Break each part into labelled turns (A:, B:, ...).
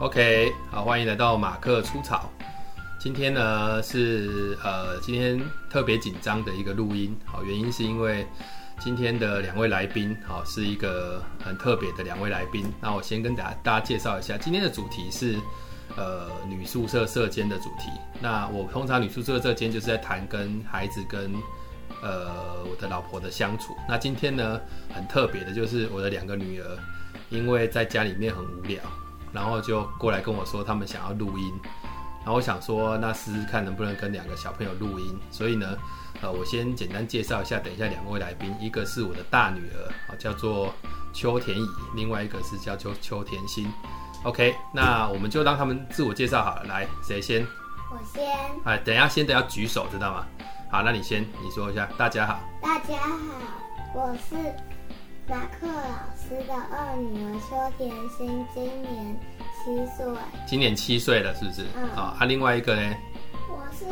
A: OK，好，欢迎来到马克出草。今天呢是呃今天特别紧张的一个录音，好，原因是因为今天的两位来宾，好是一个很特别的两位来宾。那我先跟大家大家介绍一下，今天的主题是呃女宿舍社间的主题。那我通常女宿舍社间就是在谈跟孩子跟呃我的老婆的相处。那今天呢很特别的就是我的两个女儿，因为在家里面很无聊，然后就过来跟我说他们想要录音。然后我想说，那试试看能不能跟两个小朋友录音。所以呢，呃，我先简单介绍一下，等一下两位来宾，一个是我的大女儿啊，叫做邱田怡，另外一个是叫邱邱田心。OK，那我们就让他们自我介绍好了。来，谁先？
B: 我先，
A: 哎，等一下先得要举手，知道吗？好，那你先，你说一下。大家好，
B: 大家好，我是马克老师的二女儿邱甜心，今年七岁。
A: 今年七岁了，是不是？
B: 嗯
A: 好啊，另外一个呢，
B: 我是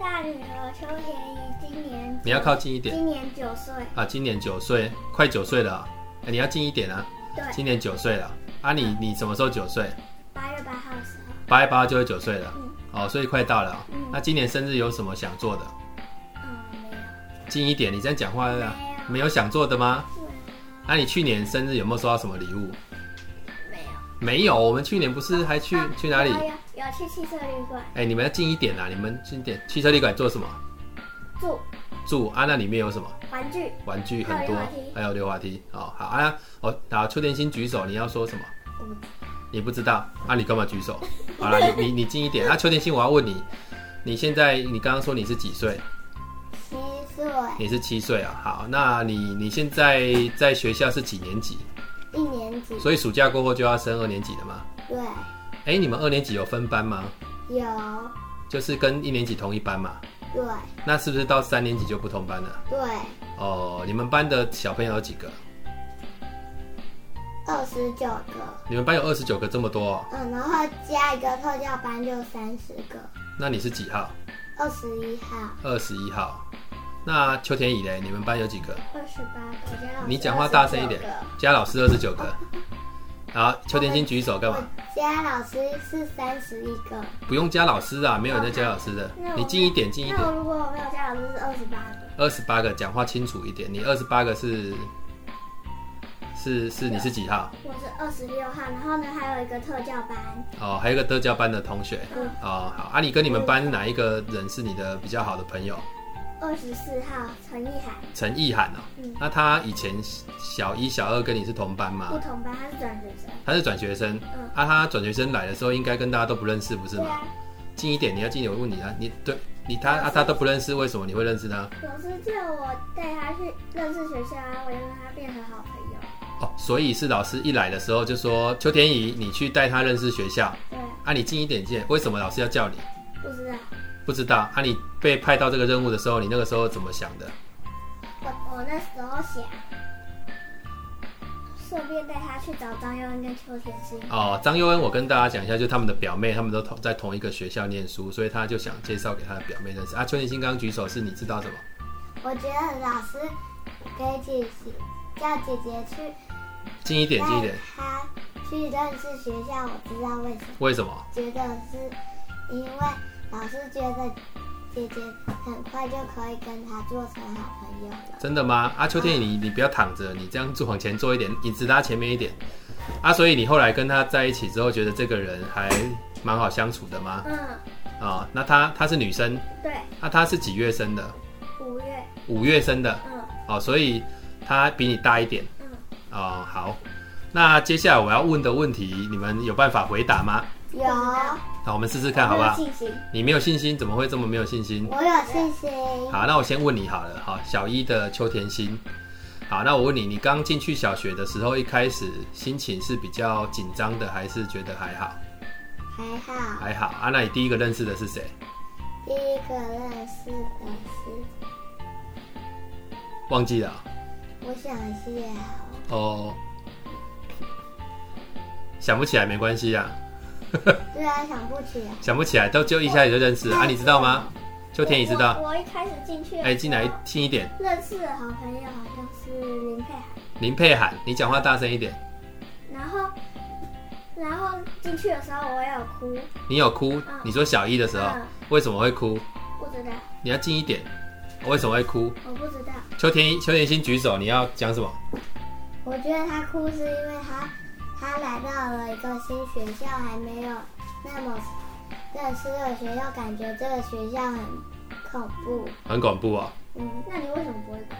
B: 大女儿邱甜怡，今年
A: 你要靠近一点
B: 今年九岁。
A: 啊，今年九岁，快九岁了啊、哎你要近一点啊，
B: 对，
A: 今年九岁了啊你，你什么时候九岁？
B: 八月八号的时候，
A: 八月八号就会九岁了，
B: 嗯
A: 哦，所以快到了哦、
B: 嗯
A: 那今年生日有什么想做的？
B: 嗯，没有
A: 近一点，你这样讲话啊，
B: 没有
A: 没有想做的吗？
B: 嗯，
A: 那、你去年生日有没有收到什么礼物？
B: 嗯没有。
A: 没有，我们去年不是还去、去哪里
B: 啊有？有有去汽车旅馆
A: 哎、你们要近一点啊！你们近一点。汽车旅馆做什么？
B: 住
A: 住啊？那里面有什么？
B: 玩具，
A: 玩具很多
B: 还有溜滑梯，
A: 还有溜滑梯。哦，好啊，哦，好，邱天心举手，你要说什么？
B: 我不知
A: 你不知道啊？你干嘛举手？好了，你你你近一点啊！邱天心，我要问你，你现在你刚刚说你是几岁？
B: 七岁
A: 你是七岁啊，好，那你你现在在学校是几年级？
B: 一年级，
A: 所以暑假过后就要升二年级了吗？
B: 对，
A: 哎，你们二年级有分班吗？
B: 有
A: 就是跟一年级同一班嘛？
B: 对
A: 那是不是到三年级就不同班了？
B: 对，
A: 哦，你们班的小朋友有几个？
B: 二十九个。
A: 你们班有二十九个，这么多、哦，
B: 嗯，然后加一个特教班就三十个，
A: 那你是几号？
B: 二十一号，
A: 二十一号。那邱田以嘞，你们班有几个？
B: 二十八个，加老师
A: 你讲话大声一点
B: 29个，
A: 加老师二十九个。好，邱田心举手干嘛？
B: 我加老师是三十一个，
A: 不用加老师啊，没有人在加老师的
B: 那。我
A: 你近一点，近一点
B: 那。我如果我没有加老师是二十八个，
A: 二十八个，讲话清楚一点。你二十八个是是是你是几号？
B: 我是二十六号，然后呢还有一个特教班，
A: 哦，还有一个德教班的同学。
B: 嗯，
A: 哦，好，啊，你跟你们班哪一个人是你的比较好的朋友？
B: 二十四号陈意涵
A: 陈意涵哦。
B: 嗯
A: 那他以前小一、小二跟你是同班
B: 不
A: 吗？
B: 同班，他是转学生，
A: 他是转学生。
B: 嗯，
A: 啊，他转学生来的时候应该跟大家都不认识，不是
B: 对
A: 吗
B: 啊？，
A: 近一点，你要近一点。我问你啊，你对你他啊他都不认识，为什么你会认识他？
B: 老师叫我带他去认识学校啊，我就跟他变成好朋友，
A: 哦，所以是老师一来的时候就说邱天怡，你去带他认识学校。
B: 对，
A: 啊，你近一点见，为什么老师要叫你？
B: 不知道，
A: 不知道啊，你被派到这个任务的时候，你那个时候怎么想的？
B: 我我那时候想，顺便带他去找张佑恩跟邱甜心。
A: 哦，张佑恩，我跟大家讲一下，就他们的表妹，他们都同在同一个学校念书，所以他就想介绍给他的表妹认识。啊，邱年新刚刚举手是你知道什么？
B: 我觉得老师给姐姐叫姐姐去
A: 近一点，近一
B: 带
A: 点，
B: 她去认识学校，我知道为什么，
A: 为什么？
B: 觉得是因为老师觉得姐姐很快就可以跟她做成好朋友了。
A: 真的吗？啊，邱天宇，你你不要躺着，你这样坐往前坐一点，椅子拉前面一点。啊，所以你后来跟他在一起之后，觉得这个人还蛮好相处的吗？
B: 嗯，
A: 啊、那她她是女生，
B: 对，
A: 啊，她是几月生的？
B: 五月，
A: 五月生的，
B: 嗯
A: 哦，所以她比你大一点。
B: 嗯，
A: 哦，好，那接下来我要问的问题，你们有办法回答吗？
B: 有，
A: 那我们试试看，好不好？
B: 信心，
A: 你没有信心，怎么会这么没有信心？
B: 我有信心。
A: 好，那我先问你好了，好，小一的邱甜心。好，那我问你，你刚进去小学的时候，一开始心情是比较紧张的，还是觉得还好？
B: 还好，
A: 还好啊。那你第一个认识的是谁？
B: 第一个认识的是。
A: 忘记了
B: 我想一下
A: 哦，
B: 哦，
A: 想不起来没关系啊，
B: 对啊，想不起来。
A: 想不起来都就一下子就认识了啊，你知道吗？邱田，你知道？
B: 我我一开始进去，
A: 哎，进来，近一点。
B: 认识的好朋友啊好像是林佩涵，
A: 林佩涵，你讲话大声一点。
B: 然后然后进去的时候我有哭，
A: 你有哭
B: 嗯？
A: 你说小一的时候
B: 嗯
A: 为什么会哭？
B: 不知道，
A: 你要近一点。为什么会哭？
B: 我不知道。
A: 邱田邱田心举手，你要讲什么？
B: 我觉得他哭是因为他他来到了一个新学校，还没有那么认识这个学校，感觉这个学校很恐怖。
A: 很恐怖哦。
B: 嗯，那你为什么不会哭？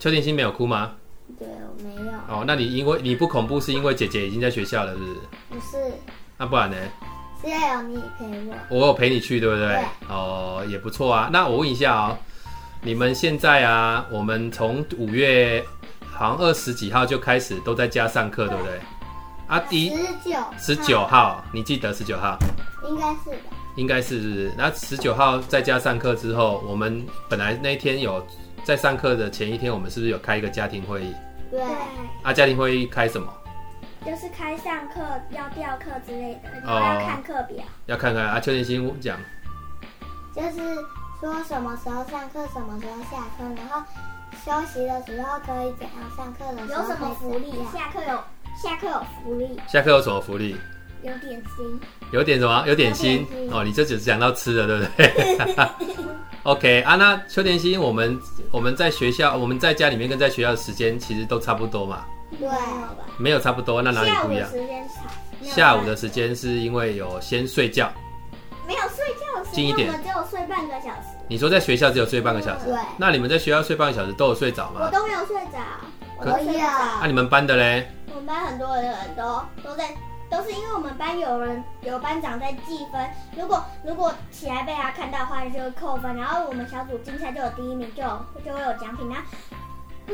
A: 邱田心没有哭吗？
B: 对，我没有，
A: 哦，那你因为你不恐怖是因为姐姐已经在学校了，是不是？
B: 不是，
A: 那不然呢？
B: 是要有你陪我。
A: 我有陪你去，对不对？
B: 对
A: 哦，也不错啊。那我问一下哦，你们现在啊，我们从五月好像二十几号就开始都在家上课，对不对？啊，第一
B: 十九，
A: 十九，号，你记得十九号
B: 应该是吧？
A: 应该是是不是？那十九号在家上课之后，我们本来那一天有在上课的前一天，我们是不是有开一个家庭会议？
B: 对，
A: 啊，家庭会议开什么？
C: 就是开上课要调课之类的，然后
A: 哦
C: 要看课表。
A: 要看看啊，邱建新讲
B: 就是说什么时候上课，什么时候下课，然后休息的时候可以怎样，上课的时候
C: 有什么福
B: 可以怎
C: 利？
B: 样
C: 下课有下课有福利，
A: 下课有什么福利？
C: 有点心。
A: 有点什么？有点
C: 有
A: 心
C: 点心
A: 哦，你这只讲到吃的，对不对 ？OK 啊，那邱田心，我们我们在学校，我们在家里面跟在学校的时间其实都差不多嘛，
B: 对
C: 没有吧？
A: 没有差不多，那哪里
C: 下
A: 不
C: 午
A: 一
C: 的
A: 样？
C: 时间长，没有啊
A: 下午的时间是因为有先睡觉，
C: 没有睡觉的时
A: 近一
C: 间，
A: 点
C: 我们只有睡半个小时，
A: 你说在学校只有睡半个小时，
B: 对
A: 那你们在学校睡半个小时都有睡着
C: 我
A: 吗？
C: 都没有睡着，我都
B: 可
A: 啊
C: 睡不着。
A: 那你们班的嘞？
C: 我们班很多人都都在，都是因为我们班有人有班长在记分，如果如果起来被他看到的话，就会扣分。然后我们小组竞赛就有第一名，就有就会有奖品。那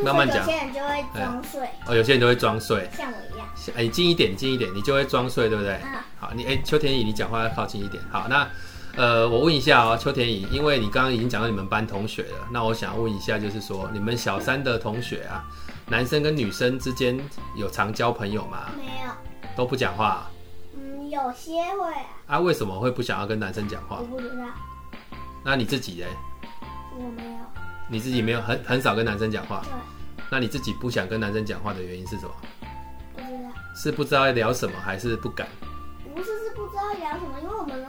A: 慢慢
C: 有
A: 讲
C: 些人就会装睡，
A: 哦，有些人都会装睡，
C: 像我一样。
A: 哎，你近一点，近一点，你就会装睡，对不对？
C: 啊，
A: 好，你哎、邱田怡，你讲话要靠近一点。好，那呃，我问一下哦，邱田怡，因为你刚刚已经讲到你们班同学了，那我想问一下，就是说你们小三的同学啊，男生跟女生之间有常交朋友吗？
C: 没有，
A: 都不讲话啊
C: 嗯，有些会啊，
A: 啊？为什么会不想要跟男生讲话
C: 我？不知道，
A: 那你自己呢？
C: 我没有。
A: 你自己没有很很少跟男生讲话
C: 对，
A: 那你自己不想跟男生讲话的原因是什么？
C: 不知道，
A: 是不知道要聊什么，还是不敢？
C: 不是是不知道聊什么，因为我们呢，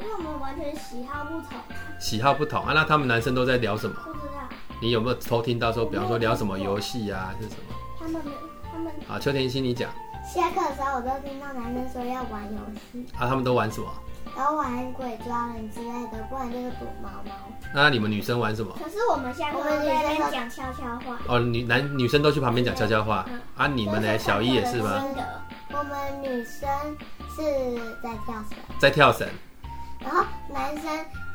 C: 因为我们完全喜好不同，
A: 喜好不同啊？那他们男生都在聊什么？
C: 不知道
A: 你有没有偷听到说，比方说聊什么游戏啊，还是什么？
C: 他们没他们
A: 好，邱啊田心，你讲
B: 下课的时候，我都听到男生说要玩游戏，
A: 啊，他们都玩什么？
B: 然后玩鬼抓人之类的，不然就是躲猫猫。
A: 那你们女生玩什么？
C: 可是我们下课
B: 我
C: 都在
B: 们
C: 那
B: 女生
C: 边
B: 都
C: 讲悄悄话。
A: 哦，女男女生都去旁边讲悄悄话
C: 嗯
A: 啊，你们呢？小一也是吗？
C: 真的，
B: 我们女生是在跳绳，
A: 在跳绳，
B: 然后男生，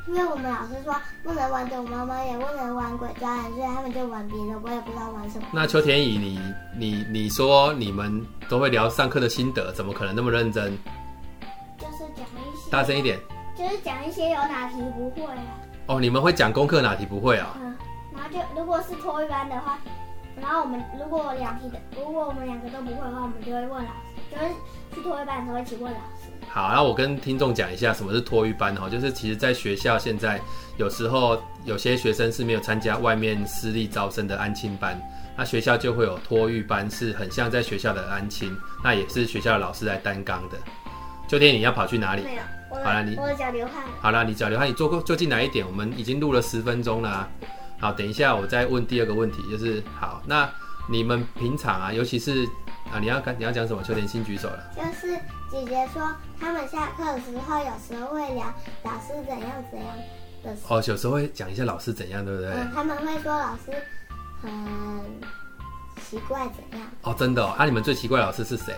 B: 因为我们老师说不能玩躲猫猫，也不能玩鬼抓人，所以他们就玩别的，我也不知道玩什么。
A: 那邱田怡，你你你说你们都会聊上课的心得，怎么可能那么认真？
C: 就是讲一些，
A: 大声一点
C: 就是讲一些有哪题不会啊，
A: 哦！你们会讲功课哪题不会啊、
C: 嗯，然后就如果是托一班的话，然后我们如果两题的，如果我们两个都不会的话，我们就会问老师，就是去托一班的时候一起问老师。
A: 好，那我跟听众讲一下什么是托育班哈，就是其实在学校现在有时候有些学生是没有参加外面私立招生的安亲班，那学校就会有托育班，是很像在学校的安亲，那也是学校的老师来担纲的。秋天你要跑去哪里？
C: 没有，我
A: 好了你
C: 的我的脚流汗了。
A: 好啦，你找刘汉，你坐过坐进来一点，我们已经录了十分钟啦、好，等一下我再问第二个问题，就是好，那你们平常啊，尤其是啊，你要你要讲什么？邱田心举手了。
B: 就是姐姐说，他们下课的时候有时候会聊老师怎样怎样的事，
A: 哦，有时候会讲一下老师怎样，对不对？
B: 嗯，他们会说老师很奇怪怎样，
A: 哦，真的哦。啊，你们最奇怪的老师是谁？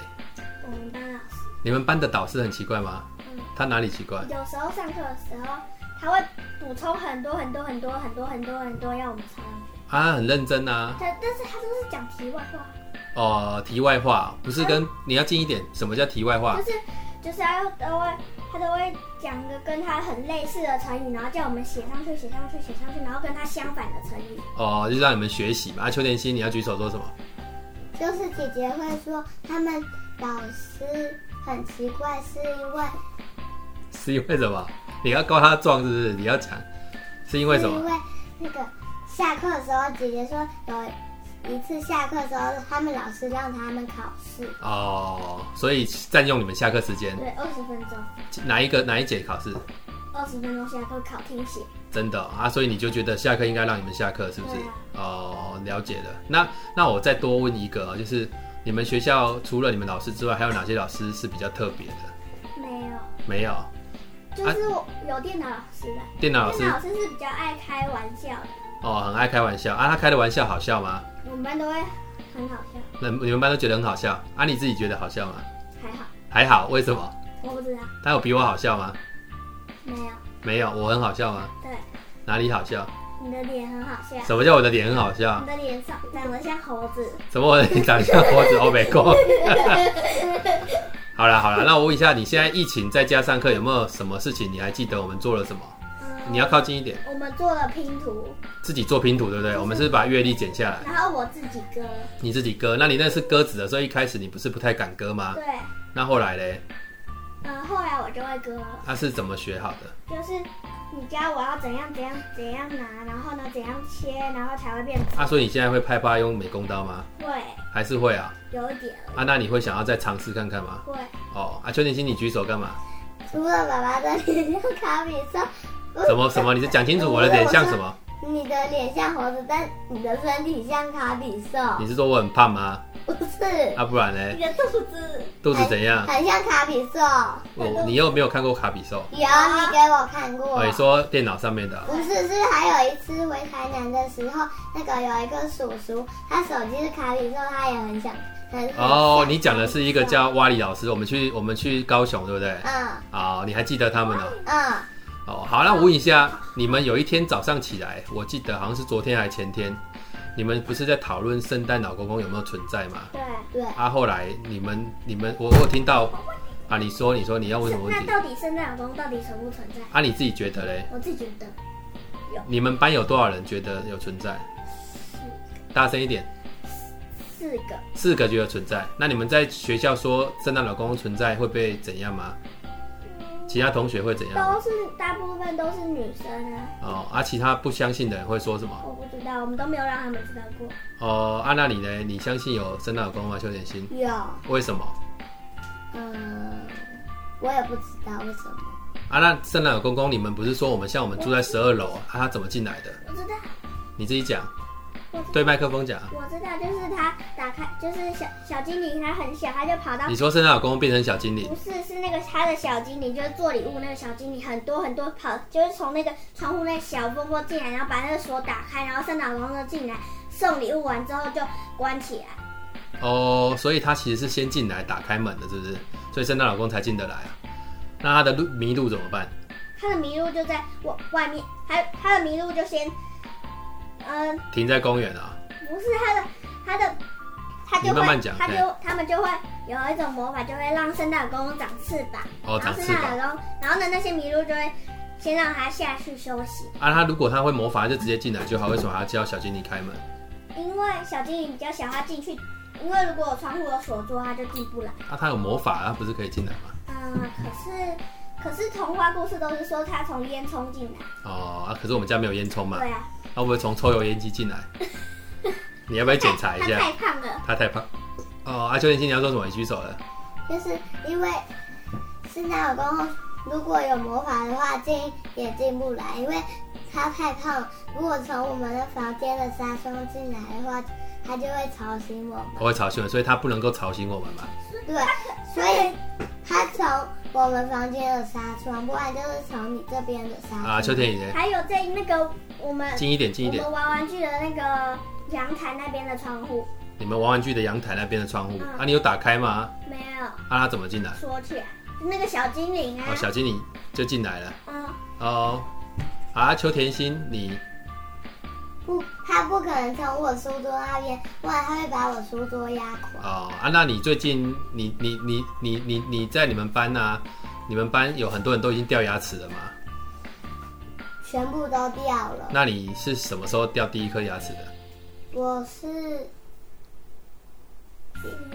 C: 我们班老师
A: 你们班的导师很奇怪吗？
C: 嗯
A: 他哪里奇怪？
C: 有时候上课的时候，他会补充很多很多很多很多很多很多要我们抄上去，
A: 啊，很认真啊。
C: 但但是他都是讲题外话。
A: 哦，题外话不是跟你要近一点。什么叫题外话
C: 就？是就是他都会他都会讲一个跟他很类似的成语，然后叫我们写上去写上去写上去，然后跟他相反的成语。
A: 哦，就让你们学习嘛。啊，邱田心，你要举手说什么？
B: 就是姐姐会说他们老师很奇怪，是因为
A: 是因为什么？你要告他状是不是？你要讲是因为什
B: 是因
A: 么？
B: 为那个下课的时候，姐姐说有一次下课的时候，他们老师让他们考试，
A: 哦，所以占用你们下课时间，
C: 对，二十分钟，
A: 哪一个哪一节考试？
C: 二十分钟下课考听写，
A: 真的啊，所以你就觉得下课应该让你们下课，是不是
C: 对啊？
A: 哦，了解了。那那我再多问一个，就是你们学校除了你们老师之外，还有哪些老师是比较特别的？
C: 没有，
A: 没有，啊
C: 就是我有电脑老师的，
A: 电脑老师
C: 电脑老师是比较爱开玩笑的，
A: 哦，很爱开玩笑啊。他开的玩笑好笑吗？
C: 我们班都会很好笑，
A: 那你们班都觉得很好笑啊？你自己觉得好笑吗？
C: 还好，
A: 还好，为什么？
C: 我不知道，
A: 他有比我好笑吗？
C: 没有，
A: 没有，我很好笑吗？
C: 对，啊
A: 哪里好笑？
C: 你的脸很好笑，
A: 什么叫我的脸很好笑
C: 你？的脸上长得像猴子，
A: 怎么我的脸长像猴子欧美够？ 好啦好啦，那我问一下，你现在疫情在家上课有没有什么事情你还记得我们做了什么？
C: 嗯，
A: 你要靠近一点，
C: 我们做了拼图，
A: 自己做拼图对不对？我们是把阅历剪下来，
C: 然后我自己割，
A: 你自己割。那你那是割纸的时候，一开始你不是不太敢割吗？
C: 对，
A: 那后来嘞，
C: 嗯，后来我就会割了。
A: 他、是怎么学好的？
C: 就是你教我要怎样怎样怎样拿，然后呢怎样切，然后才会变
A: 啊，所以你现在会拍八用美工刀吗？
C: 会
A: 还是会啊？
C: 有一点
A: 啊，那你会想要再尝试看看吗？
C: 会。
A: 哦，啊，邱年星，你举手干嘛？
B: 除了爸爸的脸像卡比兽，
A: 什么什么？你是讲清楚我的脸像什么？
B: 你的脸像猴子，但你的身体像卡比兽，
A: 你是说我很胖吗？
B: 不是，
A: 啊，不然嘞，
C: 你的肚子
A: 肚子怎样？
B: 很像卡比兽。
A: 我你又没有看过卡比兽？
B: 有你给我看过
A: 哦，，你说电脑上面的啊、
B: 不是，是还有一次回台南的时候，那个有一个叔叔，他手机是卡比兽，他也很想很很
A: 哦，
B: 想
A: 你讲的是一个叫蛙里老师，我们去我们去高雄，对不对？
B: 嗯
A: 哦，你还记得他们哦？
B: 嗯，
A: 哦，好，那我问一下，你们有一天早上起来，我记得好像是昨天还前天，你们不是在讨论圣诞老公公有没有存在吗？
C: 对。
B: 对，
A: 啊，后来你们你们我我有听到啊，你说你说你要问什么问
C: 那
A: 题
C: 到底圣诞老公到底存不存在？
A: 啊？你自己觉得嘞？
C: 我自己觉得
A: 你们班有多少人觉得有存在？大声一点，
C: 四个
A: 四个觉得存在。那你们在学校说圣诞老公公存在会被怎样吗？其他同学会怎样吗？
C: 都是大部分都是女生啊，
A: 哦，啊，其他不相信的人会说什么？
C: 我不知道，我们都没有让他们知道过。
A: 哦，啊，那你呢？你相信有圣诞老公公吗？邱点心？
B: 有，
A: 为什么？
B: 嗯，我也不知道为什么，
A: 啊，那圣诞老公公，你们不是说我们像我们住在十二楼，啊，他怎么进来的？
C: 我知道，
A: 你自己讲
C: 我知，
A: 对麦克风讲。
C: 我知道，就是他打开，就是小小精灵，他很小，他就跑到
A: 你说圣诞老公公变成小精灵
C: 不，是，是那个他的小精灵，就是做礼物那个小精灵，很多很多跑，就是从那个窗户那小缝缝进来，然后把那个锁打开，然后圣诞老公公进来送礼物完之后就关起来。
A: 哦，所以他其实是先进来打开门的，是不是？所以圣诞老公才进得来啊。那他的路迷路怎么办？
C: 他的麋鹿就在我外面，他他的麋鹿就先，嗯、
A: 停在公园啊？
C: 不是他的他的，他就
A: 你
C: 会
A: 慢慢讲哎
C: 他
A: 嘿
C: 就他们就会有一种魔法，就会让圣诞老公公长翅膀，
A: 哦，长
C: 然后
A: 翅
C: 圣
A: 膀
C: 诞。老公，然后呢那些麋鹿就会先让他下去休息。
A: 啊，他如果他会魔法，他就直接进来就好。为什么还要叫小精灵开门？
C: 因为小精灵比较小，它进去，因为如果窗户有锁住，它就进不来。
A: 啊，他有魔法，他不是可以进来吗？
C: 嗯，可是可是童话故事都是说它从烟囱进来，
A: 哦，啊，可是我们家没有烟囱嘛，
C: 对啊，
A: 他会不会从抽油烟机进来？你要不要检查一
C: 啊它
A: 下？
C: 太胖了，
A: 他太胖。哦，啊，邱天心，你要说什么？你举手了。
B: 就是因为圣诞老公公如果有魔法的话进也进不来，因为他太胖，如果从我们的房间的纱窗进来的话，他就会吵醒我们。
A: 我会吵醒我，所以他不能够吵醒我们嘛。
B: 对，所以他从我们房间的纱窗，不然就是从你这边的纱窗。
A: 啊，邱天宇呢？
C: 还有在那个我们
A: 近一点，近一
C: 我
A: 点。
C: 们玩玩具的那个阳台那边的窗户
A: 你们玩玩具的阳台那边的窗户，
C: 嗯
A: 啊，你有打开吗？
C: 没有
A: 啊，他怎么进来？
C: 锁起来，那个小精灵啊
A: 哦，，小精灵就进来了。
C: 嗯，
A: 哦，啊，邱甜心，你
B: 不，他不可能从我书桌那边，不然他会把我书桌压垮。
A: 哦，啊，那你最近你你你你你你在你们班啊？你们班有很多人都已经掉牙齿了吗？
B: 全部都掉了。
A: 那你是什么时候掉第一颗牙齿的？
B: 我是，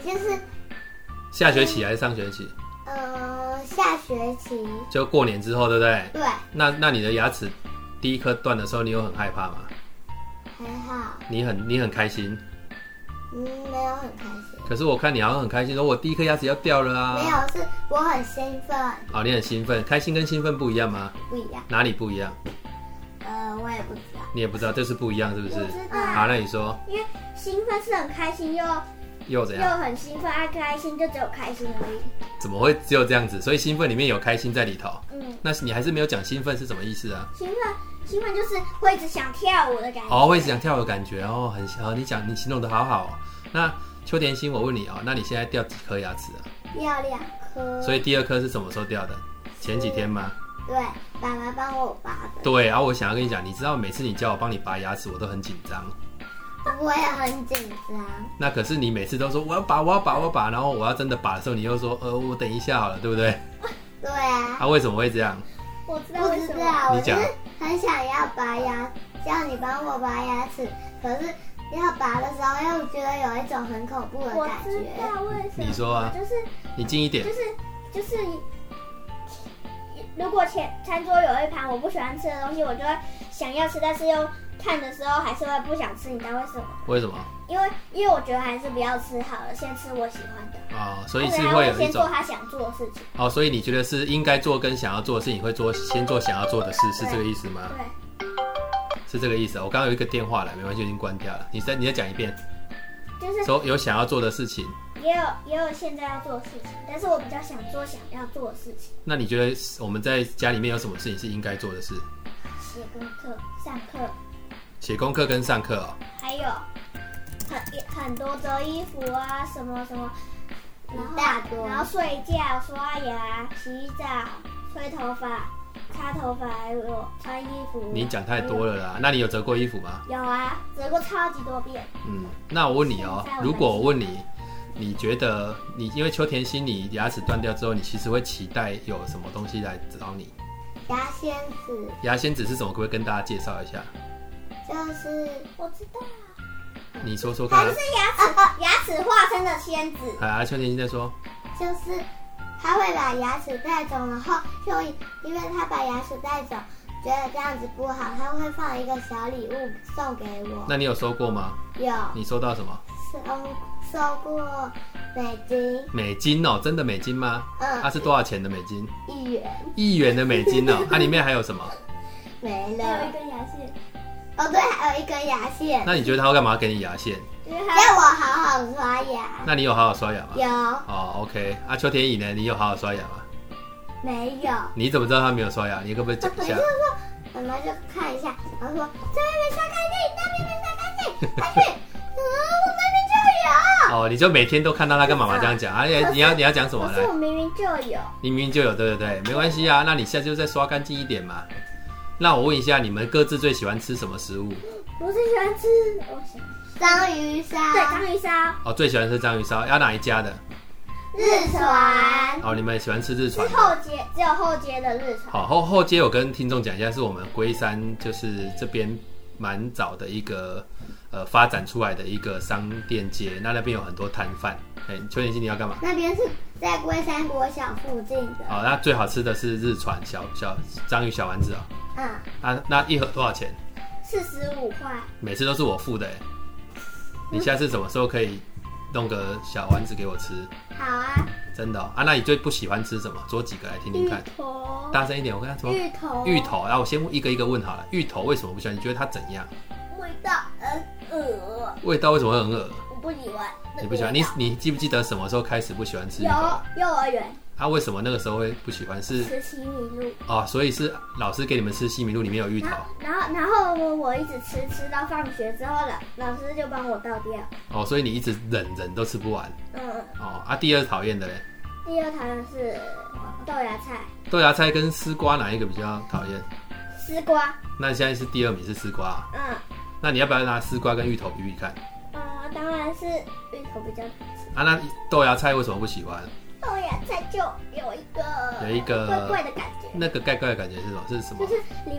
B: 就是
A: 下学期还是上学期？
B: 呃，下学期
A: 就过年之后，对不对？
B: 对，
A: 那那你的牙齿第一颗断的时候，你有很害怕吗？
B: 很好，
A: 你很你很开心，
B: 嗯，没有很开心，
A: 可是我看你好像很开心，说我第一颗牙齿要掉了啊。
B: 没有，是我很兴奋，
A: 啊、你很兴奋，开心跟兴奋不一样吗？
B: 不一样。
A: 哪里不一样？
B: 呃，我也不知道。
A: 你也不知道，就是不一样，是不是？
B: 我知道
A: 好，那你说
C: 因为兴奋是很开心，又
A: 又怎
C: 又
A: 样？
C: 很兴奋，爱开心就只有开心而已。
A: 怎么会只有这样子？所以兴奋里面有开心在里头。
C: 嗯，
A: 那是你还是没有讲兴奋是什么意思啊？
C: 兴奋兴奋就是会一直想跳舞的感觉。
A: 哦，会想跳的感觉哦，很哦，你讲你形容的好好、哦。那邱甜心，我问你哦，那你现在掉几颗牙齿啊？
B: 要两颗，
A: 所以第二颗是什么时候掉的？前几天吗？
B: 对，爸爸帮我拔的，
A: 对，然、后我想要跟你讲，你知道每次你叫我帮你拔牙齿，我都很紧张。
B: 我也很紧张。
A: 那可是你每次都说我要拔，我要拔，我要拔，然后我要真的拔的时候，你又说呃，我等一下好了，对不对？
B: 对啊，
A: 啊，为什么会这样？
C: 我知道
B: 不
C: 为
B: 知
C: 什么。
B: 道，我
A: 你
B: 就
A: 讲
B: 是很想要拔牙，叫你帮我拔牙齿，可是要拔的时候又觉得有一种很恐怖的
C: 我
B: 感
C: 知
B: 觉。
C: 道为什么。
A: 你说啊
C: 就是
A: 你近一点
C: 就，是就是，如果前餐桌有一盘我不喜欢吃的东西，我就会想要吃，但是又看的时候还是会不想吃，你知道为什么？
A: 为什么
C: 因为因为我觉得还是不要吃好了，先吃我喜欢的。
A: 啊、哦？所以是
C: 或者他
A: 会有一
C: 先
A: 种
C: 做他想做的事情。
A: 哦，所以你觉得是应该做跟想要做的事情，会做先做想要做的事，是这个意思吗？
C: 对，
A: 是这个意思啊。我刚刚有一个电话来，没关系，已经关掉了。你再你再讲一遍，
C: 就是
A: 说有想要做的事情，
C: 也有也有现在要做的事情，但是我比较想做想要做的事情，
A: 那你觉得我们在家里面有什么事情是应该做的事？
C: 写功课、上课，
A: 写功课跟上课哦。
C: 还有很也很多折衣服啊，什么什么，然后
B: 一大堆
C: 然后睡觉、刷牙、洗澡、吹头发、擦头发，还有穿衣服。
A: 你讲太多了啦。那你有折过衣服吗？
C: 有啊，折过超级多遍。
A: 嗯，那我问你哦，如果我问你，你觉得你因为秋田心，你牙齿断掉之后，你其实会期待有什么东西来找你？
B: 牙仙子
A: 牙仙子是什么？可不可以跟大家介绍一下？
B: 就是
C: 我知道，
A: 你说说
C: 它
A: 看
C: 就
A: 啊
C: 是。牙齿牙齿化身的仙子。
A: 啊，秋田心在说，
B: 就是他会把牙齿带走，然后用一，因为他把牙齿带走，觉得这样子不好，他会放一个小礼物送给我。
A: 那你有收过吗？
B: 有
A: 你收到什么？
B: 收收过美金，
A: 美金哦，真的美金吗？
B: 嗯
A: 它、是多少钱的美金？
B: 一元
A: 一元的美 金哦，它、里面还有什么？
B: 没
C: 还有一
B: 了。
C: 根牙线，
B: 哦，对，还有一根牙线，
A: 那你觉得它干嘛给你牙线？
C: 因为它
B: 要我好好刷牙。
A: 那你有好好刷牙吗？
B: 有
A: 哦，OK。啊，秋田乙呢？你有好好刷牙吗？
B: 没有？
A: 你怎么知道他没有刷牙？你可不可以讲
B: 我
A: 一
B: 就
A: 下？
B: 说，妈妈就看一下，然后说这边没刷干净，那边没刷干净，快去，嗯，我那边就有。
A: 哦，你就每天都看到他跟妈妈这样讲啊？你你要你要讲什么
C: 可
A: 来
C: 是？我明明就有。
A: 你明明就有，对不对？没关系啊，那你下次就再刷干净一点嘛。那我问一下，你们各自最喜欢吃什么食物？
C: 我最喜欢吃，我想
B: 啊章鱼烧，
C: 对章鱼烧，
A: 哦，最喜欢吃章鱼烧，要哪一家的？
B: 日船，
A: 哦，你们喜欢吃日
C: 是
A: 船的。
C: 后街，只有后街的日常。
A: 好，后后街我跟听众讲一下，是我们龟山就是这边蛮早的一个呃发展出来的一个商店街，那那边有很多摊贩。哎、邱年心你要干嘛？
B: 那边是在龟山国小附近的。
A: 好、那最好吃的是日船小小章鱼小丸子哦。
B: 嗯，
A: 啊，那一盒多少钱？
C: 四十五块，
A: 每次都是我付的哎。你下次什么时候可以弄个小丸子给我吃？
C: 好啊，
A: 真的、哦、啊？那你最不喜欢吃什么？做几个来听听
C: 芋
A: 看，
C: 头，
A: 大声一点，我看他什么？
C: 芋头，
A: 芋，头，啊然后我先问一个一个问好了。芋头为什么不喜欢？你觉得它怎样？
C: 味道很恶，
A: 味道为什么会很恶？
C: 我不喜欢。
A: 你不喜欢你你记不记得什么时候开始不喜欢吃芋
C: 有
A: 头？
C: 幼儿园
A: 啊，为什么那个时候会不喜欢？是
C: 十七米路，
A: 哦，所以是老师给你们吃西米露，里面有芋头
C: 然后然后然后我我一直吃吃到放学之后老老师就帮我倒掉。
A: 哦，所以你一直忍忍都吃不完
C: 嗯，
A: 哦。啊，第二讨厌的嘞，
C: 第二堂的是豆芽菜、
A: 豆芽菜跟丝瓜哪一个比较讨厌？
C: 丝瓜，
A: 那现在是第二名是丝瓜啊、
C: 嗯
A: 那你要不要拿丝瓜跟芋头比比看？
C: 呃，当然是芋头比较
A: 啊，那豆芽菜为什么不喜欢？
C: 豆芽菜就有一个
A: 有一个
C: 怪怪的感觉，
A: 那个怪怪的感觉是什么？是什么
C: 就？是里，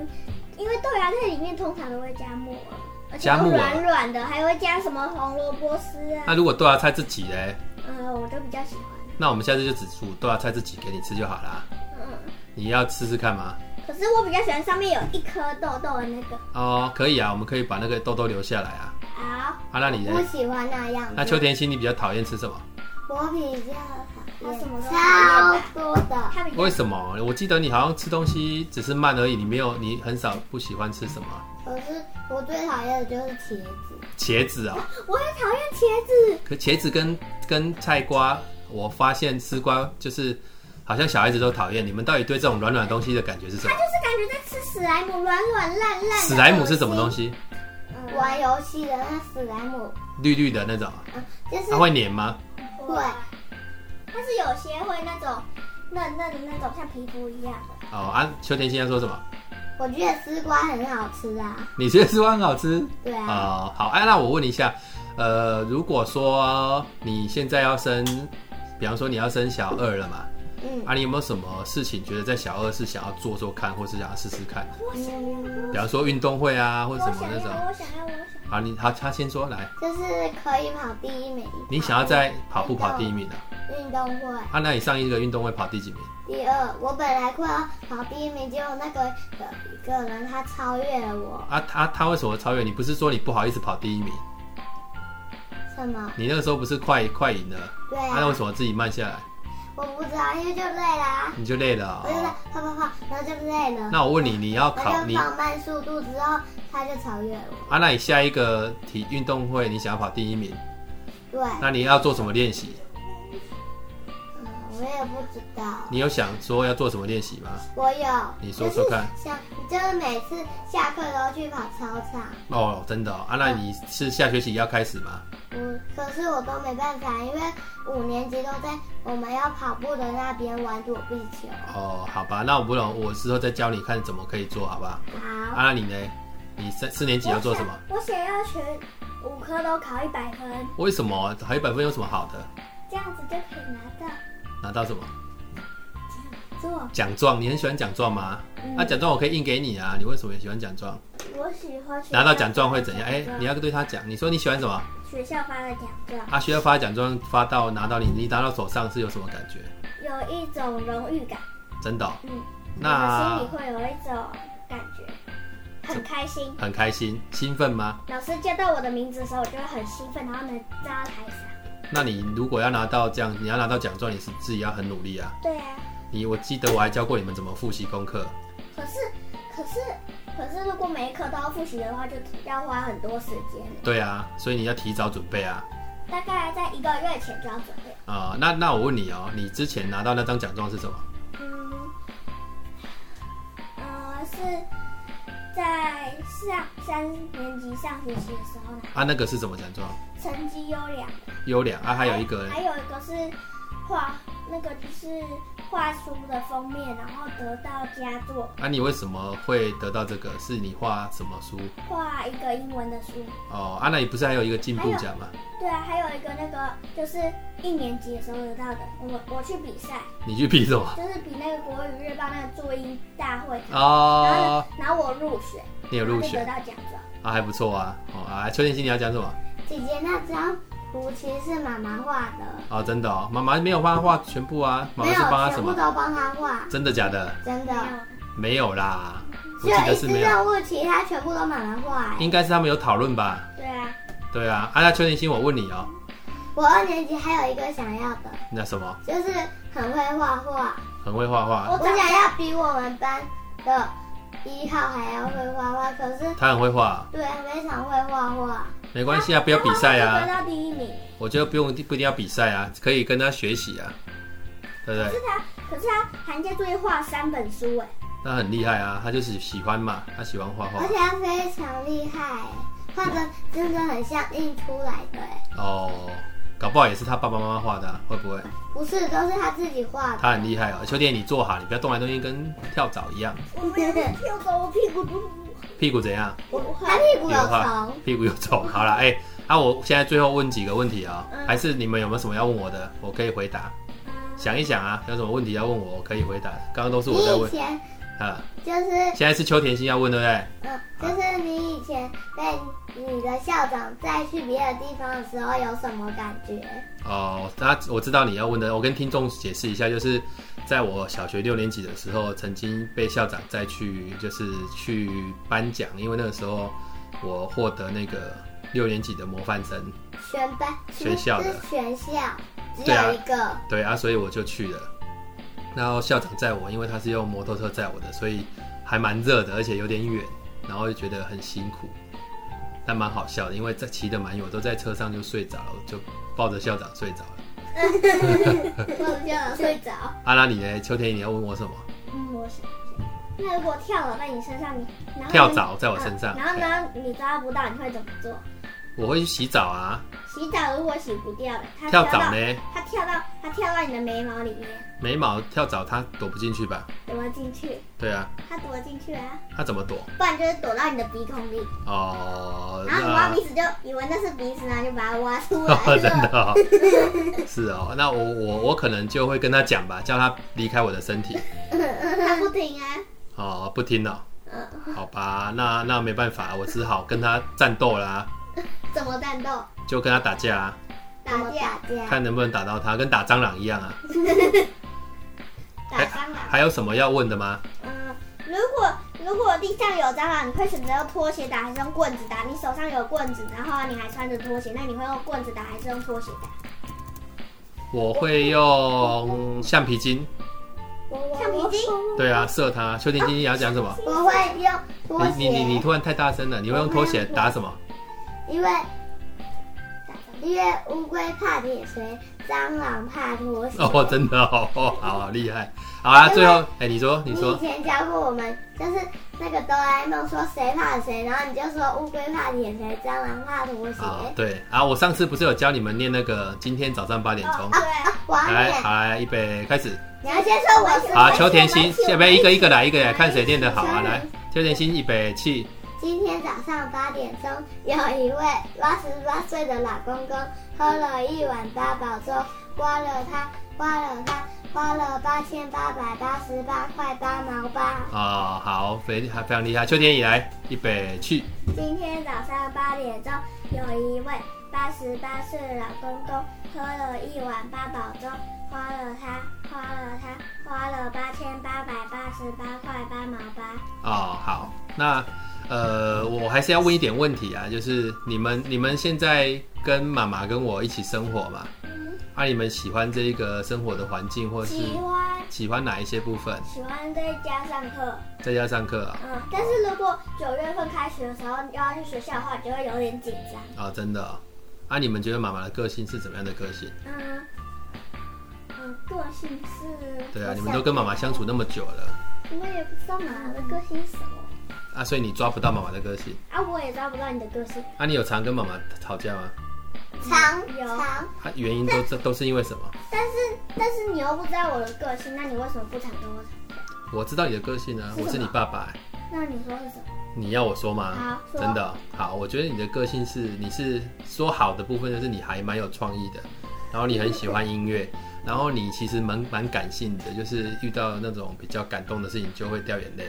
C: 因为豆芽菜里面通常都会加木耳，而且
A: 加啊
C: 都
A: 木耳
C: 软软的，还会加什么红萝卜丝
A: 那、
C: 啊，
A: 如果豆芽菜自己嘞，
C: 嗯，我就比较喜欢，
A: 那我们下次就只煮豆芽菜自己给你吃就好啦。
C: 嗯，
A: 你要试试看吗？
C: 可是我比较喜欢上面有一颗痘痘的那个，
A: 哦，可以啊，我们可以把那个痘痘留下来啊。啊，
C: 好，
A: 那你呢
B: 不？喜欢那样子。
A: 那秋田心你比较讨厌吃什么？
B: 我比较
C: 他什么都
B: 超多的，
C: 他比较
A: 为什么？我记得你好像吃东西只是慢而已，你没有，你很少不喜欢吃什么
B: 可是我最讨厌的就是茄子。
A: 茄子啊、
C: 我也讨厌茄子，
A: 可茄子跟跟菜瓜，我发现丝瓜就是好像小孩子都讨厌。你们到底对这种软软的东西的感觉是什么
C: 他？
B: 啊
C: 就是感觉在吃史莱姆，软软烂烂。
A: 史莱姆是什么东？西？
C: 嗯
B: 玩游戏的那史莱姆，
A: 绿绿的那种啊，
B: 嗯，就是
A: 它会粘吗？
B: 会
C: 但是有些会那种嫩嫩的那种，像皮肤一样的。
A: 哦啊，秋田现在说什么？
B: 我觉得丝瓜很好吃啊，
A: 你觉得丝瓜很好吃？
B: 对啊，
A: 哦，好，哎、那我问一下，呃，如果说你现在要生，比方说你要生小二了嘛，
B: 嗯，
A: 啊，你有没有什么事情觉得在小二是想要做做看，或是想要试试看？
C: 我想要，
A: 比方说运动会啊，或
C: 我
A: 者什么
C: 想
A: 那
C: 要，
A: 种。
C: 我想要，我想要。
A: 好，你他他先说来，
B: 就是可以跑第一名。
A: 你想要在跑步跑第一名啊？
B: 运动会
A: 啊，那你上一个运动会跑第几名？
B: 第二，我本来快要跑第一名，结果那个有一个人他超越了我，
A: 啊，他他为什么超越你？不是说你不好意思跑第一名，
B: 什么？
A: 你那个时候不是快快赢了？啊，
B: 对
A: 那为
B: 啊，
A: 什么自己慢下来？
B: 我不知道，因为就累啦、
A: 你就累了啊、
B: 我就在跑跑跑，然后就累了，
A: 那我问你，你要
B: 然
A: 考
B: 后就
A: 你啊？
B: 放慢速度之后，他就超越了我。
A: 那你下一个体运动会你想要跑第一名，
B: 对，
A: 那你要做什么练习？
B: 嗯，我也不知道，
A: 你有想说要做什么练习吗？
B: 我有，
A: 你说说看
B: 就是像就是每次下课都去跑操场，
A: 哦，真的、哦、啊？那你是下学期要开始吗？
B: 嗯，可是我都没办法，因为五年级都在我们要跑步的那边玩躲避球。
A: 哦，好吧，那我不懂，我之后再教你看怎么可以做好吧？
B: 好，
A: 啊，那你呢？你三四年级要做什么？
C: 我想要全五科都考一百分，
A: 为什么还有一百分有什么好的？
C: 这样子就可以拿到
A: 拿到什么
C: 做。
A: 奖状？你很喜欢奖状吗？
C: 嗯
A: 啊，奖状我可以印给你啊。你为什么也喜欢奖状？
C: 我喜欢学校
A: 拿到奖状会怎样？哎、
C: 发的奖
A: 你要对他讲，你说你喜欢什么？
C: 学校发的奖状，
A: 啊，学校发奖状发到拿到你，你拿到手上是有什么感觉？
C: 有一种荣誉感，
A: 真的哦、
C: 嗯，我
A: 那
C: 心里会有一种感觉，很开心。
A: 很开心、兴奋吗？
C: 老师叫到我的名字的时候，我就会很兴奋，然后能站到台上。
A: 那你如果要拿到这样，你要拿到奖状，你是自己要很努力啊。
C: 对啊，
A: 你我记得我还教过你们怎么复习功课，
C: 可是可是可是，如果每一科都要复习的话，就要花很多时间，
A: 对啊，所以你要提早准备啊。
C: 大概在一个月前就要准备。
A: 啊、那那我问你哦，你之前拿到那张奖状是什么？
C: 嗯，呃，是在上三年级上学期的时候呢，
A: 啊，那个是什么奖状？
C: 成绩优良。
A: 优良啊，还有一个
C: 还有一个是画那个就是画书的封面，然后得到佳作，
A: 啊，你为什么会得到这个？是你画什么书？
C: 画一个英文的书。
A: 哦，啊，那你不是还有一个进步奖吗？
C: 对啊，还有一个那个就是一年级的时候得到的，我我去比赛，
A: 你去比什么？
C: 就是比那个国语日报那个作音大会，然后
A: 哦
C: 呢，然后我入选，
A: 你有入选
C: 然后就得到奖状。
A: 啊，还不错啊。哦啊，邱天心你要讲什么？
B: 姐姐那张图其实是妈妈画的，
A: 哦，真的哦，妈妈没有帮他画全部啊，妈
B: 没
A: 妈
B: 有
A: 是帮他什
B: 全部
A: 么？
B: 都帮她画，
A: 真的假的？
B: 真
C: 没
B: 的，
C: 有
A: 没有啦，我
B: 只
A: 记
B: 有
A: 得
B: 一
A: 是
B: 次
A: 没有，
B: 任务，其他全部都妈妈画、欸。
A: 应该是他们有讨论吧？
C: 对啊，
A: 对啊，啊，那邱天心，我问你哦，
B: 我二年级还有一个想要的，
A: 那什么，
B: 就是很会画画，
A: 很会画画，
C: 我
B: 我想要比我们班的一号还要会画画，可是
A: 他很会画，
B: 对非常会画画，
A: 没关系啊，不要比赛
C: 然后我
A: 啊
C: 就。得到第一名。
A: 我觉得不用不一定要比赛啊，可以跟他学习啊，对不
C: 可
A: 对？
C: 是他，可是他寒假作业画三本书哎，
A: 那很厉害啊，他就是喜欢嘛，他喜欢画画
B: 而且他非常厉害、欸，画的真的很像印出来的、欸，
A: 哦，搞不好也是他爸爸妈妈画的啊、会不会？
B: 不是，都是他自己画的。
A: 他很厉害哦，秋天你坐好，你不要动来动去，跟跳蚤一样，
C: 我没有跳到我屁股都。
A: 屁股怎样？
C: 我
B: 他屁股有
A: 画
B: 虫，，
A: 屁股有虫。好了，哎、那、我现在最后问几个问题啊、
C: 嗯
A: 还是你们有没有什么要问我的？我可以回答，想一想啊，有什么问题要问我，我可以回答。刚刚都是我在
B: 你以
A: 问
B: 前
A: 啊，
B: 就是
A: 现在是秋田心要问，对不对？
B: 嗯，就是你以前被你的校长带去别的地方的时候有什么感觉？
A: 哦，他我知道你要问的，我跟听众解释一下，就是在我小学六年级的时候，曾经被校长再去就是去颁奖，因为那个时候我获得那个六年级的模范生。
B: 全班
A: 学校的
B: 是全校只
A: 对啊
B: 有一个，
A: 对啊，所以我就去了。然后校长载我，因为他是用摩托车载我的，所以还蛮热的，而且有点远，然后就觉得很辛苦，但蛮好笑的，因为在骑的蛮远，我都在车上就睡着了，我就抱着校长睡着了。
B: 我就有睡着。
A: 阿拉，你呢？秋天，你要问我什么？
C: 嗯，我想那如果跳蚤在你身上，你然后呢
A: 跳蚤在我身上哎
C: 嗯啊然后呢，你抓不到，你会怎么做？
A: 我会去洗澡啊。
C: 洗澡如果洗不掉，它
A: 跳
C: 到
A: 蚤呢？
C: 它跳到它跳到你的眉毛里面，
A: 眉毛跳蚤它躲不进去吧？
C: 躲进去，
A: 对啊，
C: 它躲进去啊，
A: 它怎么躲？
C: 不然就是躲到你的鼻孔里，
A: 哦，
C: 然后你挖
A: 那
C: 鼻屎就以为那是鼻屎，然后就把它挖出来
A: 哦 真
C: 了。
A: 的哦，是哦，那我我我可能就会跟他讲吧，叫他离开我的身体。
C: 它不停啊，
A: 哦，不听了，
C: 嗯，
A: 好吧，那那没办法，我只好跟他战斗啦、
C: 怎么战斗？
A: 就跟他打架、啊，
B: 打
C: 打架
B: 架，架，
A: 看能不能打到他，跟打蟑螂一样啊。
C: 打蟑螂。
A: 还有什么要问的吗？
C: 嗯，如果如果地上有蟑螂，你会选择用拖鞋打还是用棍子打？你手上有棍子，然后你还穿着拖鞋，那你会用棍子打还是用拖鞋打？
A: 我会用橡皮筋，
C: 橡皮筋
A: 对啊，射他。秋田今天你要讲什么？
B: 我会用拖
A: 你你你你
B: 鞋，
A: 突然太大声了，你会用拖鞋打什么？
B: 因为因为乌龟怕铁锤，蟑螂怕拖鞋。
A: 哦，真的哦，哦好好厉害。好啊，最后，哎、你说你
B: 你以
A: 说，
B: 前教过我们，就是那个哆啦 A 梦说谁怕谁，然后你就说乌龟怕铁锤，蟑螂怕拖鞋。
A: 啊，对啊，我上次不是有教你们念那个今天早上八点钟
C: 哦，，对，
B: 我要
A: 来，
B: 念，
A: 好来，预备开始。
B: 啊你要先说我是
A: 哎好，
B: 谁。
A: 邱田心，下边一个一个来，一个来，看谁练得好啊！来，邱田心一百气，
B: 今天早上八点钟，有一位八十八岁的老公公喝了一碗八宝粥，花了他，花了他，花了八千八百八十八块八毛八。
A: 哦，好，非还非常厉害。邱田以来一百气，
C: 今天早上八点钟，有一位八十八岁的老公公喝了一碗八宝粥，花了他，花了他，花了八千八百八十八块八毛八。
A: 哦，好，那呃，我还是要问一点问题啊，就是你们你们现在跟妈妈跟我一起生活嘛？啊，你们喜欢这个生活的环境，或是
C: 喜欢
A: 喜欢哪一些部分？
C: 喜欢在家上课。
A: 在家上课啊、
C: 嗯，但是如果九月份开学的时候要去学校的话，就会有点紧张。
A: 哦，真的、哦。啊，你们觉得妈妈的个性是怎么样的个性？
C: 嗯，嗯，个性是……
A: 对啊，你们都跟妈妈相处，那么久了，
C: 我也不知道妈妈的个性是什么
A: 啊，所以你抓不到妈妈的个性。
C: 啊，我也抓不到你的个性。
A: 啊，你有常跟妈妈吵架吗？
B: 长
C: 有
B: 长，
A: 啊，原因都这都是因为什么？
C: 但是，但是你又不知道我的个性，那你为什么不常跟我吵？
A: 我知道你的个性啊，
C: 是什么
A: 我是你爸爸、欸
C: 那你说是什么？
A: 你要我说吗
C: 好？说
A: 真的哦好，我觉得你的个性是，你是说好的部分就是你还蛮有创意的，然后你很喜欢音
C: 嗯
A: 乐，然后你其实蛮蛮感性的，就是遇到那种比较感动的事情就会掉眼泪，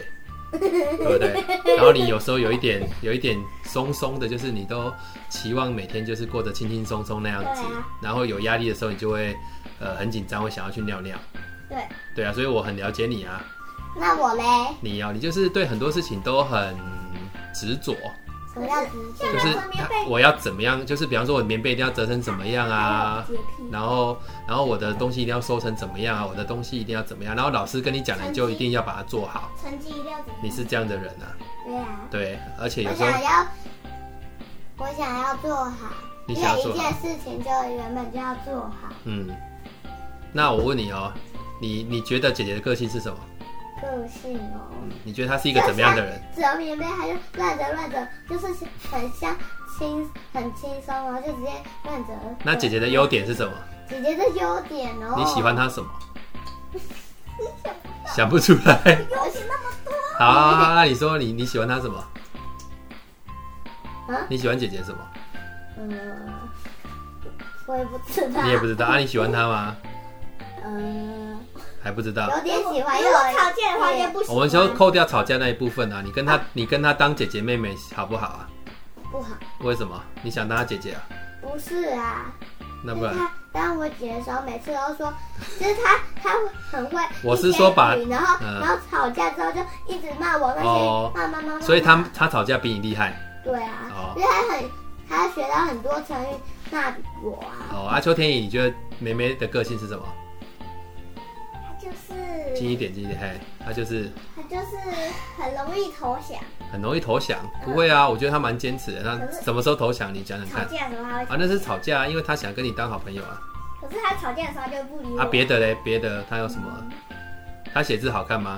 A: 对不 对？然后你有时候有一点有一点松松的，就是你都期望每天就是过得轻轻松松那样子
C: 对啊，
A: 然后有压力的时候你就会呃很紧张，会想要去尿尿。
C: 对，
A: 对啊，所以我很了解你啊，
B: 那我嘞？
A: 你哦，你就是对很多事情都很执着，
B: 什么叫直觉？
A: 就是
C: 折棉
A: 他
C: 被
A: 我要怎么样，就是比方说我棉被一定要折成怎么样啊
C: 还，有洁癖。
A: 然后然后我的东西一定要收成怎么样啊，我的东西一定要怎么样，然后老师跟你讲了，
C: 成
A: 你
C: 绩
A: 就一定要把它做好，
C: 成绩一定要怎么
A: 你
C: 样？
A: 是这样的人啊，
C: 对啊，
A: 对，而且
B: 我
A: 有时候
B: 想要，我想要做好，
A: 你
B: 因
A: 想要
B: 为
A: 做
B: 一
A: 好
B: 件事情就原本就要做好。
A: 嗯，那我问你哦，你你觉得姐姐的个性是什么？
B: 个性哦，
A: 你觉得她是一个怎么样的人？
B: 折棉被还是乱折乱折，就是很像轻很轻松，然后就直接乱折。
A: 那姐姐的优点是什么？
B: 姐姐的优点哦，
A: 你喜欢她什么？想不出来。
C: 有点那么
A: 好，那你说你你喜欢她什么？
B: 啊？
A: 你喜欢姐姐什么？
B: 嗯，我也不知道。
A: 你也不知道啊？你喜欢她吗？
B: 嗯，
A: 还不知道。
B: 有点喜欢，
C: 如
B: 又
C: 果
B: 有
C: 吵架的话，就
B: 点
C: 不喜欢。
A: 我们说扣掉吵架那一部分啊，你跟她，你跟她当姐姐妹妹好不好啊？
B: 不好。
A: 为什么？你想当她姐姐啊？
B: 不是啊，
A: 那
B: 就
A: 不
B: 是
A: 然，
B: 他当我姐的时候，每次都说， 就是他他很会一言一语。
A: 我是说把
B: 然后
A: 嗯
B: 然后吵架之后就一直骂我那
A: 哦
B: 些骂骂骂骂。
A: 所以她
B: 骂
A: 她吵架比你厉害，
B: 对啊，
A: 哦
B: 因为他很他学到很多成语骂我啊，
A: 哦，啊，邱天宇，你觉得梅梅的个性是什么？
C: 他就
A: 近
C: 是
A: 一点，近一点，嘿，她就是
C: 他就是很容易投降，
A: 很容易投降。不会啊，我觉得她蛮坚持的。她
C: 可是
A: 什么时候投降？你讲讲
C: 吵
A: 看。
C: 架的时候他会
A: 啊，那是吵架啊，因为她想跟你当好朋友啊。
C: 可是他吵架的时候他就不理我。
A: 啊，别的嘞，别的她有什么？她写字好看吗？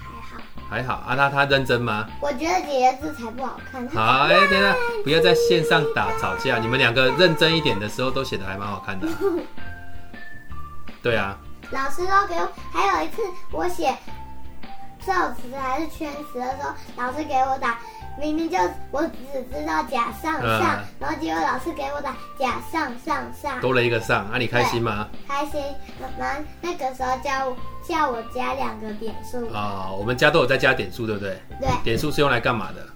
C: 还好，
A: 还好啊，她她认真吗？
B: 我觉得姐姐字才不好看，
A: 好，哎、等一下，不要在线上打吵架。你们两个认真一点的时候，都写的还蛮好看的啊、对啊，
B: 老师都给我，还有一次我写寿词还是圈词的时候，老师给我打，明明就我只知道甲上上，
A: 嗯
B: 然后结果老师给我打甲上上上，
A: 多了一个上啊，你开心吗？
B: 开心。然后那个时候叫我叫我加两个点数，
A: 啊、我们家都有在加点数，对不对？
B: 对，
A: 点数是用来干嘛的？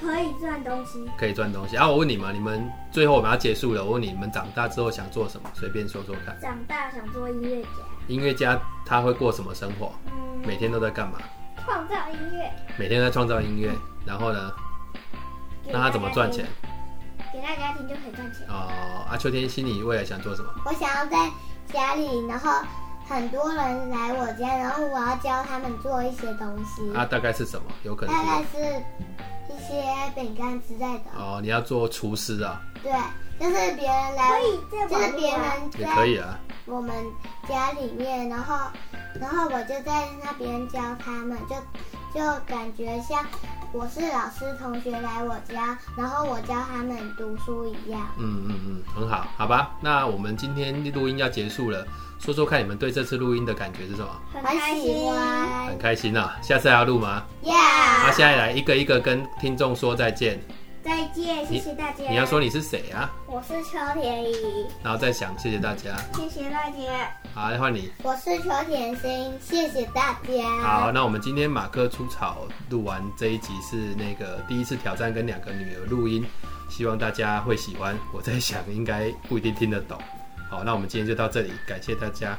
C: 可以赚东西。
A: 可以赚东西啊！我问你们，你们最后我们要结束了，我问你们长大之后想做什么？随便说说看。
C: 长大想做音乐家，
A: 音乐家他会过什么生活？
C: 嗯，
A: 每天都在干嘛？
C: 创造音乐。
A: 每天在创造音乐，然后呢？
C: 给
A: 那
C: 大家
A: 他怎么赚钱？
C: 听？给大家听就可以赚钱。
A: 哦，啊，秋天心里未来想做什么？
B: 我想要在家里，然后很多人来我家，然后我要教他们做一些东西，
A: 啊，大概是什么？有可能
B: 大
A: 是
B: 概是一些饼干之类的。
A: 哦，你要做厨师啊，
B: 对，就是别人来
C: 可，以在
B: 就是
C: 网络
B: 别
C: 啊，
B: 人
A: 也可
B: 在
A: 以啊。
B: 我们家里面，然后，然后我就在那边教他们，就就感觉像我是老师，同学来我家，然后我教他们读书一样。
A: 嗯嗯嗯，很好，好吧。那我们今天录音要结束了，说说看你们对这次录音的感觉是什么？
C: 很
B: 很
C: 开
B: 喜
C: 心。
B: 欢
A: 很开心啊，下次还要录吗？啊，
B: ，Yeah，
A: 现在来一个一个跟听众说再见。
C: 再见，谢谢大家。
A: 你要说你是谁啊？
C: 我是邱田怡，
A: 然后再想，谢谢大家。
C: 谢谢大家。
A: 好，换你。
B: 我是邱甜心，谢谢大家。
A: 好，那我们今天马克出草录完这一集是那个第一次挑战跟两个女儿录音，希望大家会喜欢。我在想应该不一定听得懂。好，那我们今天就到这里，感谢大家，